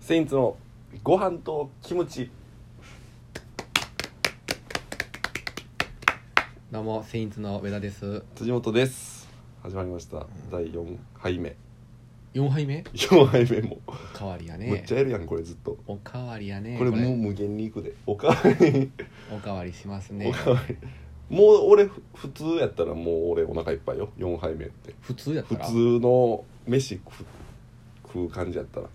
セインツのご飯とキムチどうもセインツの上田です辻本です始まりました第4杯目4杯目4杯目も、おかわりやめっねちゃやるやんこれずっとおかわりやねこれもう無限にいくでおかわり、おかわりしますおねかわりもう俺ふ普通やったらもう俺お腹いっぱいよ4杯目って普通やった普ら通の飯食う食う感じやったら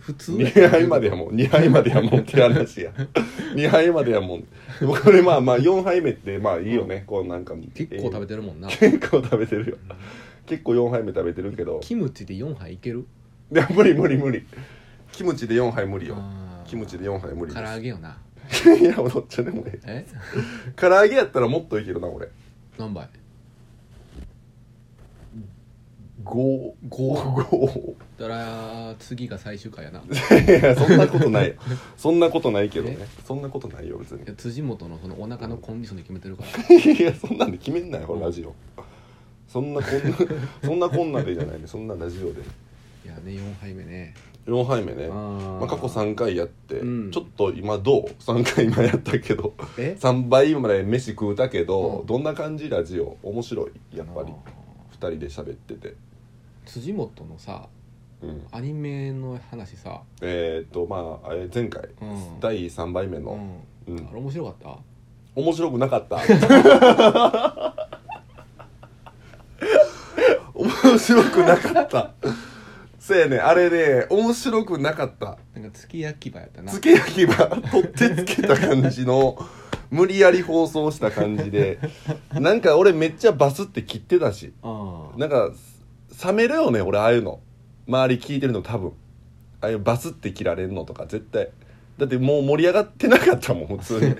普通やった2ら杯までやもん2杯までやもんって話 や2杯までやもんでもこれまあまあ4杯目ってまあいいよねこうなんか結構食べてるも んな、結構食べてるよ結構4杯目食べてるけどキムチで4杯いけるいや無理無理無理キムチで4杯無理よあーキムチで4杯無理唐揚げよなげ いやどっちでもえええ唐揚げやったらもっといけるな俺何杯55 5だから次が最終回 やないやそんなことないよそんなことないけどねそんなことないよ別にいや辻元のそのお腹のコンディションで決めてるからいやそんなんで決めんなよこのラジオそんなこんなそんなこんなでじゃないねそんなラジオでいやね4杯目ね4杯目ねままあ、過去3回やって、うんちょっと今どう3回今やったけどえ3倍まで飯食うたけど、うんどんな感じラジオ面白いやっぱりあー2人で喋ってて、辻元のさうん、アニメの話さ、えー、っとまああれ前回、うん第3杯目うの、うん、んあれ面白かった面白くなかった面白くなかったせやねあれね面白くなかったなんか月焼き場やったなつけ焼きは取ってつけた感じの無理やり放送した感じで なんか俺めっちゃバスって切ってたしあなんか冷めるよね俺ああいうの周り聞いてるの多分ああいうバスって切られるのとか絶対だってもう盛り上がってなかったもん普通に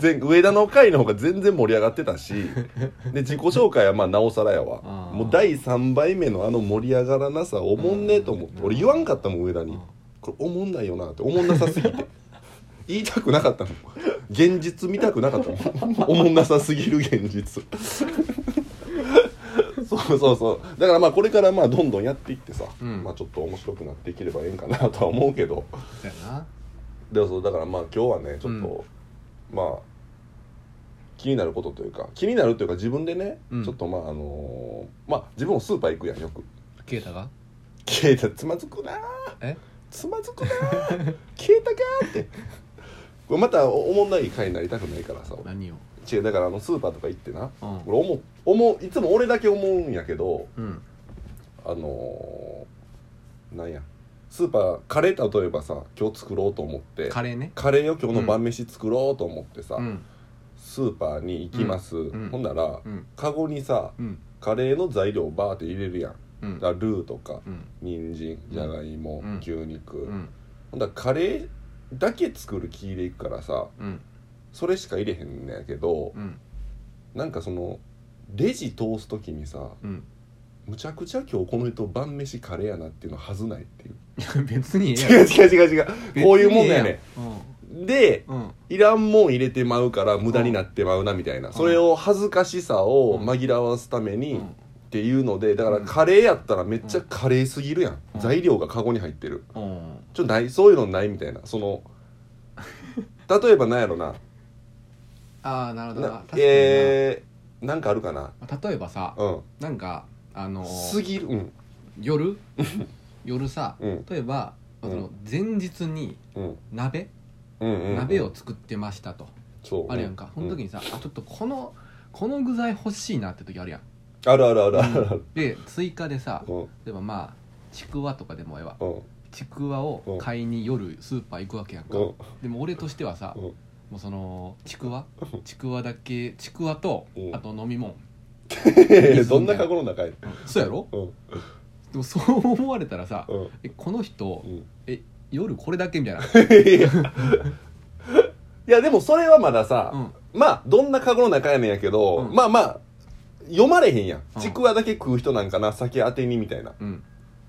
全上田の回の方が全然盛り上がってたしで自己紹介はまあなおさらやわあーもう第3杯目のあの盛り上がらなさおもんねえと思ってうん俺言わんかったもん上田あに。これおもんないよなっておもんなさすぎて言いたくなかったもん現実見たくなかったも んおもんなさすぎる現実 そうそうそうだからまあこれからまあどんどんやっていってさ、うんまあちょっと面白くなっていければええんかなとは思うけどだよなでもそうだからまあ今日はねちょっと、まあ気になることというか気になるというか自分でね、うんちょっとまああのーまあ自分もスーパー行くやんよく 啓太がケイタつまずくなーえつまずくなー消えたかーってこれまたおおもんない回になりたくないからさ俺何を違うだからあのスーパーとか行ってなうん俺思う思ういつも俺だけ思うんやけどうんあのー、なんやスーパーカレー例えばさ今日作ろうと思ってカレーねカレーを今日の晩飯作ろうと思ってさ、うんスーパーに行きます、んほんならうんカゴにさうんカレーの材料バーって入れるやんうんだからルーとかうん人参じゃがいも、うん牛肉、うんほんだらカレーだけ作る気でいくからさうんそれしか入れへんねんやけどうんなんかそのレジ通す時にさ うんむちゃくちゃ今日この人晩飯カレーやなっていうのはずないっていう別にええ違う違う違う違うやん こういうもんだよね別にでええやんうんいらんもん入れてまうから無駄になってまうなみたいなそれを恥ずかしさを紛らわすためにうっんていうのでだからうんカレーやったらめっちゃカレーすぎるやんうん材料がカゴに入ってるうんちょっとないそういうのないみたいなそ の例えばなんやろなああなるほどなな確かになえー、なんかあるかな例えばさうんなんかあのすぎるうん 夜夜さうん例えばそうんの前日にうん鍋うんうん鍋を作ってましたとそうあるやんかその時ににさあちょっとこのこの具材欲しいなって時あるやんあるあるあるあるあるで追加でさうん例えばまあちくわとかでもええわうんちくわを買いに夜スーパー行くわけやんかうんでも俺としてはさうんもうそのちくわちくわだけちくわとうんあと飲み物うんどんなカゴの中やうんそうやろうんでもそう思われたらさうんえこの人うん夜これだけみたい ないやでもそれはまださ、うんまあどんなカゴの中やねんやけど、うんまあまあ読まれへんやん、うんちくわだけ食う人なんかな酒当てにみたいなうん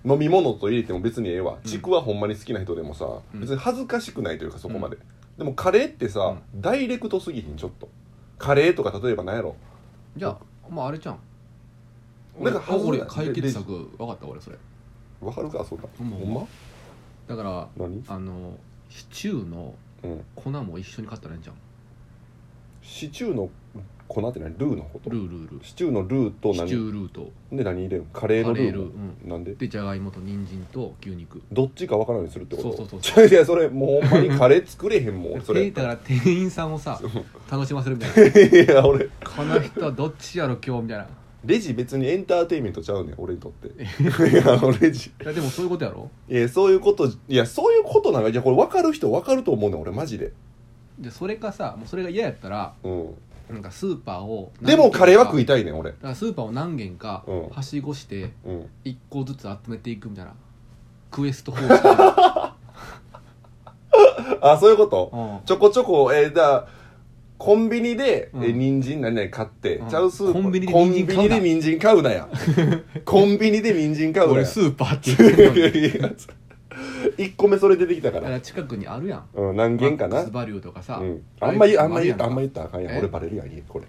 飲み物と入れても別にええわ、うんちくわほんまに好きな人でもさ、うん別に恥ずかしくないというかそこまで、でもカレーってさ、ダイレクトすぎひんちょっとカレーとか例えば何やろじゃあまああれじゃんなんか俺外れ俺解決策分かった俺それわかるかそんなほんまほんまだから何あのシチューのうん粉も一緒に買ったらいいんじゃんシチューの粉って何ルーのことルールールシチューのルーとシチ何ュールーとで何入れるのカレーカのルレーールー、うもん、なんででじゃがいもと人参と牛肉どっちか分からんようにするってことそうそうそういやそれもうほんまにカレー作れへんも んそれ店だから店員さんをさ楽しませるみたい ないや俺この人はどっちやろ今日みたいなレジ別にエンターテインメントちゃうねん俺にとって いやあのレジいやでもそういうことやろいやそういうこといやそういうことなんかいやこれ分かる人分かると思うねん俺マジででそれかさもうそれが嫌やったらうんなんかスーパーをでもカレーは食いいたいねん俺だからスーパーを何軒かうんはしごしてうん一個ずつ集めていくみたいなクエ スト方式あそういうことうんちょこちょこえー、だコンビニで、うんえ人参何々買って、うんちゃうスーパーコンビニでコン人参ビ買うなニで人参買う なやコンビニで人参買うな俺やスーパーって言ってるのに 1個目それ出てきたか、だからら近くにあるやんうん、何軒かマッなクスバリューとかさ、うん、あんまりあんまりあんま言っりたらあかんやんえ俺バレるやん家これ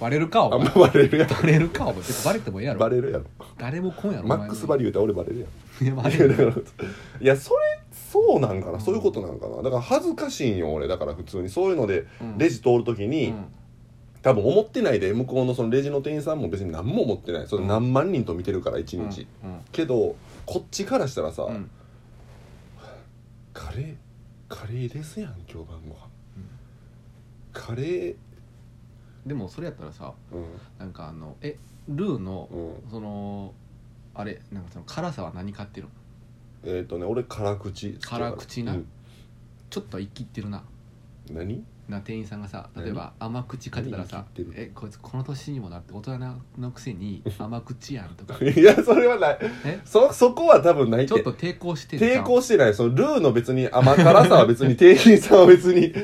バレるかあおんまバ前レるやんバレるかお前別にバレてもええやろバレるやろ誰も来んやろマックスバリリューって俺バレるやんューバレいやだるから いやそれそうなんかなそういうことなんかなだから恥ずかしいんよ俺だから普通にそういうのでレジジ通る時に、多分思ってないで向こうのそのレジの店員さんも別に何も思ってないそれ何万人と見てるから一日、うんけどこっちからしたらさ、うんうんカレーカレーですやん今日晩ご飯、うんカレーでもそれやったらさうなんかあのえルーのん、うん、そのあれなんかその辛さは何買ってるのえっ、ー、とね俺辛口好きだから辛口なうんちょっとは生きってるな何 な店員さんがさ例えば甘口買ってたらさ何生き「てえこいつこの年にもなって大人のくせに甘口やん」 とかいやそれはないえそそこは多分ないってちょっと抵抗してんじゃ抵ん抗してないそのルーの別に甘辛さは別に店員さんは別に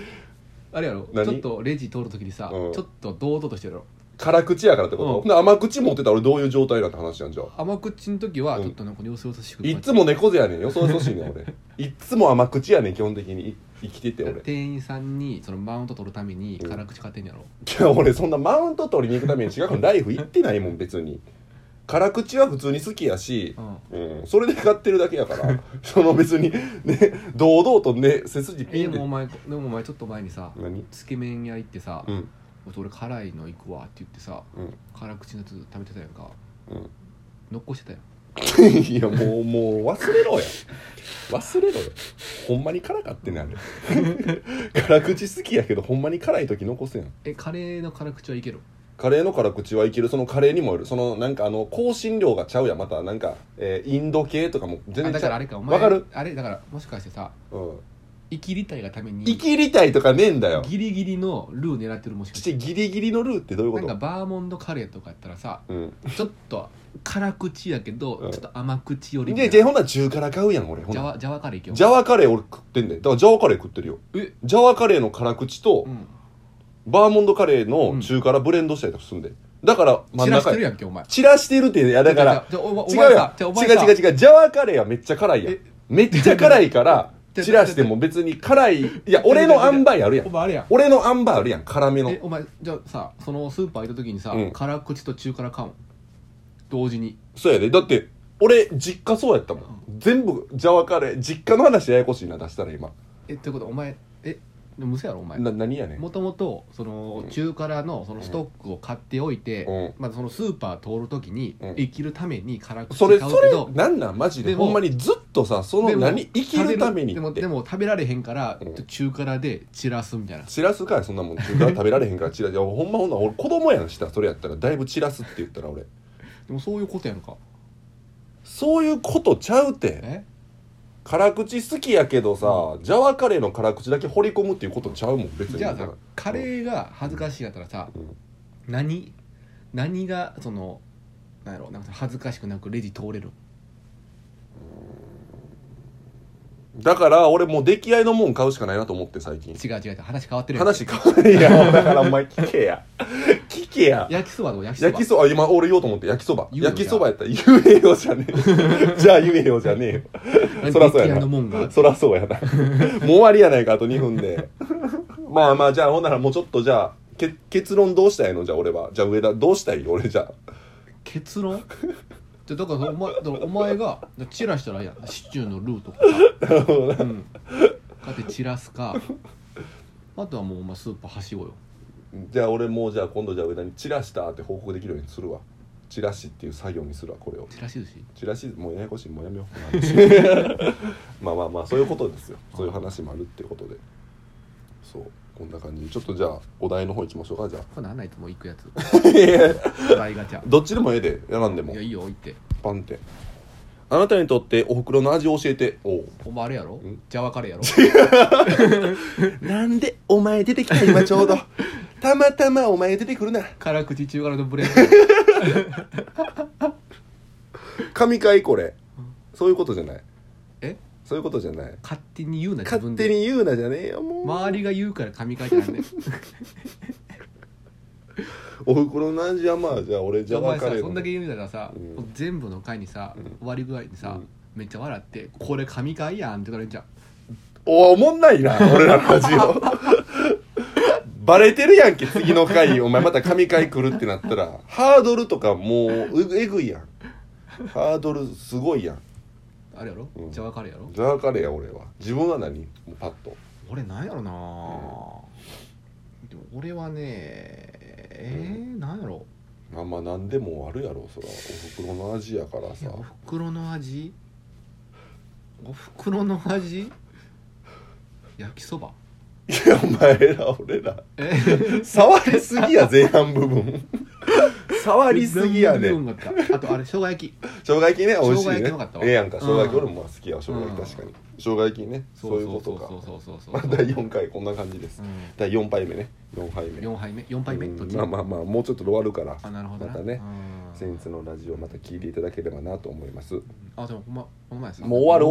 あれやろ何ちょっとレジ通るときにさ、うんちょっと堂々としてるやろ辛口やからってこと、うんほんで甘口持ってたら俺どういう状態なんて話じゃんじゃあ甘口の時はうんちょっとなんか様子よさしく、いっつも猫背やねんよそよそしいねん 俺いっつも甘口やねん基本的にい生きてて俺い店員さんにそのマウント取るためにうん辛口買ってんやろ、や俺そんなマウント取りに行くために違うのライフ行ってないもん別に辛口は普通に好きやしう、んうん、それで買ってるだけやからその別にね堂々とね背筋えピでンでもお前でもお前ちょっと前にさ何つけ麺屋行ってさ、うん俺辛いの行くわって言ってさうん辛口のやつ食べてたやんかうん残残してたや んいやもうもう忘れろや忘れろよほんまに辛かってねあ れ辛口好きやけどほんまに辛い時残せんえカレーの辛口はいけるカレーの辛口はいけるそのカレーにもよるそのなんかあの香辛料がちゃうやんまたなんか、えーインド系とかも全あ然だちからゃあうれかおわ前かるあれだからもしかしてさうん生きりたいがために生きりたいとかねえんだよギリギリのルー狙ってるもしかしてしてギリギリのルーってどういうこなんとかバーモンドカレーとかやったらさうんちょっと辛口やけど、うんちょっと甘口よりみたでいじゃあほなんなら中辛買うやん俺ほんジャならワジャワカレーいけよジャワカレー俺食ってんだよだからジャワカレー食ってるよえジャワカレーの辛口とうんバーモンドカレーの中辛ブレンドしたりとかするんでだから真ん散らし中てるややんけお前散らしてるっていやだからじゃあお違前うさやじゃあんお違前うさ違う違うジャワカレーはめっちゃ辛いやんえめっちゃ辛いから ちょ散らしても別に辛いいや俺の塩梅あるやおん前あれや俺の塩梅あるやん辛めのえお前じゃあさそのスーパー行った時にさ、うん辛口と中辛かも同時にそうやでだって俺実家そうやったもん全部ジャワカレー実家の話ややこしいな出したら今えってことお前えでも嘘やろお前な何やねんもともとそのうん中辛のそのストックを買っておいて、うんまあ、そのスーパー通る時にうん生きるために辛口それ買そうけれど、なんなんマジででもほんまにずっとさそのでも何生きるために食べるでもってでも食べられへんから、うん中辛で散らすみたいな散らすかいそんなもん中辛食べられへんから散らすいやほんまほんなら俺子供やんしたらそれやったらだいぶ散らすって言ったら俺でもそういうことやんかそういうことちゃうてえ辛口好きやけどさ、ジャワカレーの辛口だけ掘り込むっていうことちゃうもん別にじゃあさカレーが恥ずかしいやったらさ、うん何何がそのなんやろなんか恥ずかしくなくレジ通れるだから俺もう出来合いのもん買うしかないなと思って最近違う違う違う話変わってるやん話変わらないやだからお前聞け や聞けや焼きそばどう焼きそば焼きそばあ今俺言おうと思って焼きそば言うよ焼きそばやったら言えよじゃねえ じゃあ言えよじゃねえよ何そらそうや出来合いのもんながそらそうや なもう終わりやないかあと2分でまあまあじゃあほんならもうちょっとじゃあけ結論どうしたいのじゃあ俺はじゃあ上田どうしたい俺じゃあ結論でだからお前だからお前がだから散らしたらいいやんシチューのルーとか なるほどなうんこうやって散らすかあとはもうお前スーパーはしごよじゃあ俺もうじゃあ今度じゃあ上田に「チラした」って報告できるようにするわチラシっていう作業にするわこれをちらし寿司チラシもうややこしいもうやめよう まあまあまあそういうことですよそういう話もあるっていうことでそうこんな感じちょっとじゃあお題の方行きましょうかじゃこれなんないともう行くやつあ いやいやお題ガチャどっちでもええで選んでもいやいいよ行ってパンってあなたにとってお袋の味を教えておうお前あれやろんジャワカレーやろなんでお前出てきた今ちょうど たまたまお前出てくるな辛口中辛のブレー ド神回これそういうことじゃないえそういうことじゃない勝手に言うな自勝分手でに言うなじゃねえよもう、周りが言うから髪書いてなんで おふくろの味はまあじゃあ俺じゃお前さーそんだけ言うたらさ、うんもう全部の回にさ、うん終わり具合にさ、うんめっちゃ笑って「これ神回やん」って言われんじゃんおおもんない な俺らの味をバレてるやんけ次の回お前また神回来るってなったらハードルとかもうえぐえぐいやんハードルすごいやんあれやろ、うんジャワカレーやろジャーカレーや俺は自分は何もうパッと俺なんやろな、でも俺はねえーなんやろまあまあ何でもあるやろそらおふくろの味やからいさやおふくろの味おふくろの味焼きそばいやお前ら俺らえ触りすぎや前半部分 触りすぎやね全然部分があったあとあれ生姜焼き生姜焼きね美味しい生姜ね焼きよかったわええやんか生姜焼き、うん俺もまあ好きやわ生姜焼き確かに、生姜焼きねそういうことかそうそうそうそうまあそう第4回こんな感じです、う第4杯目ね4杯目ん、4杯目4杯目うんどっちまあまあまあもうちょっと終わるからあなるほどなまたねうん先日のラジオまた聞いていただければなと思いますあでもほんまほんまやもう終わる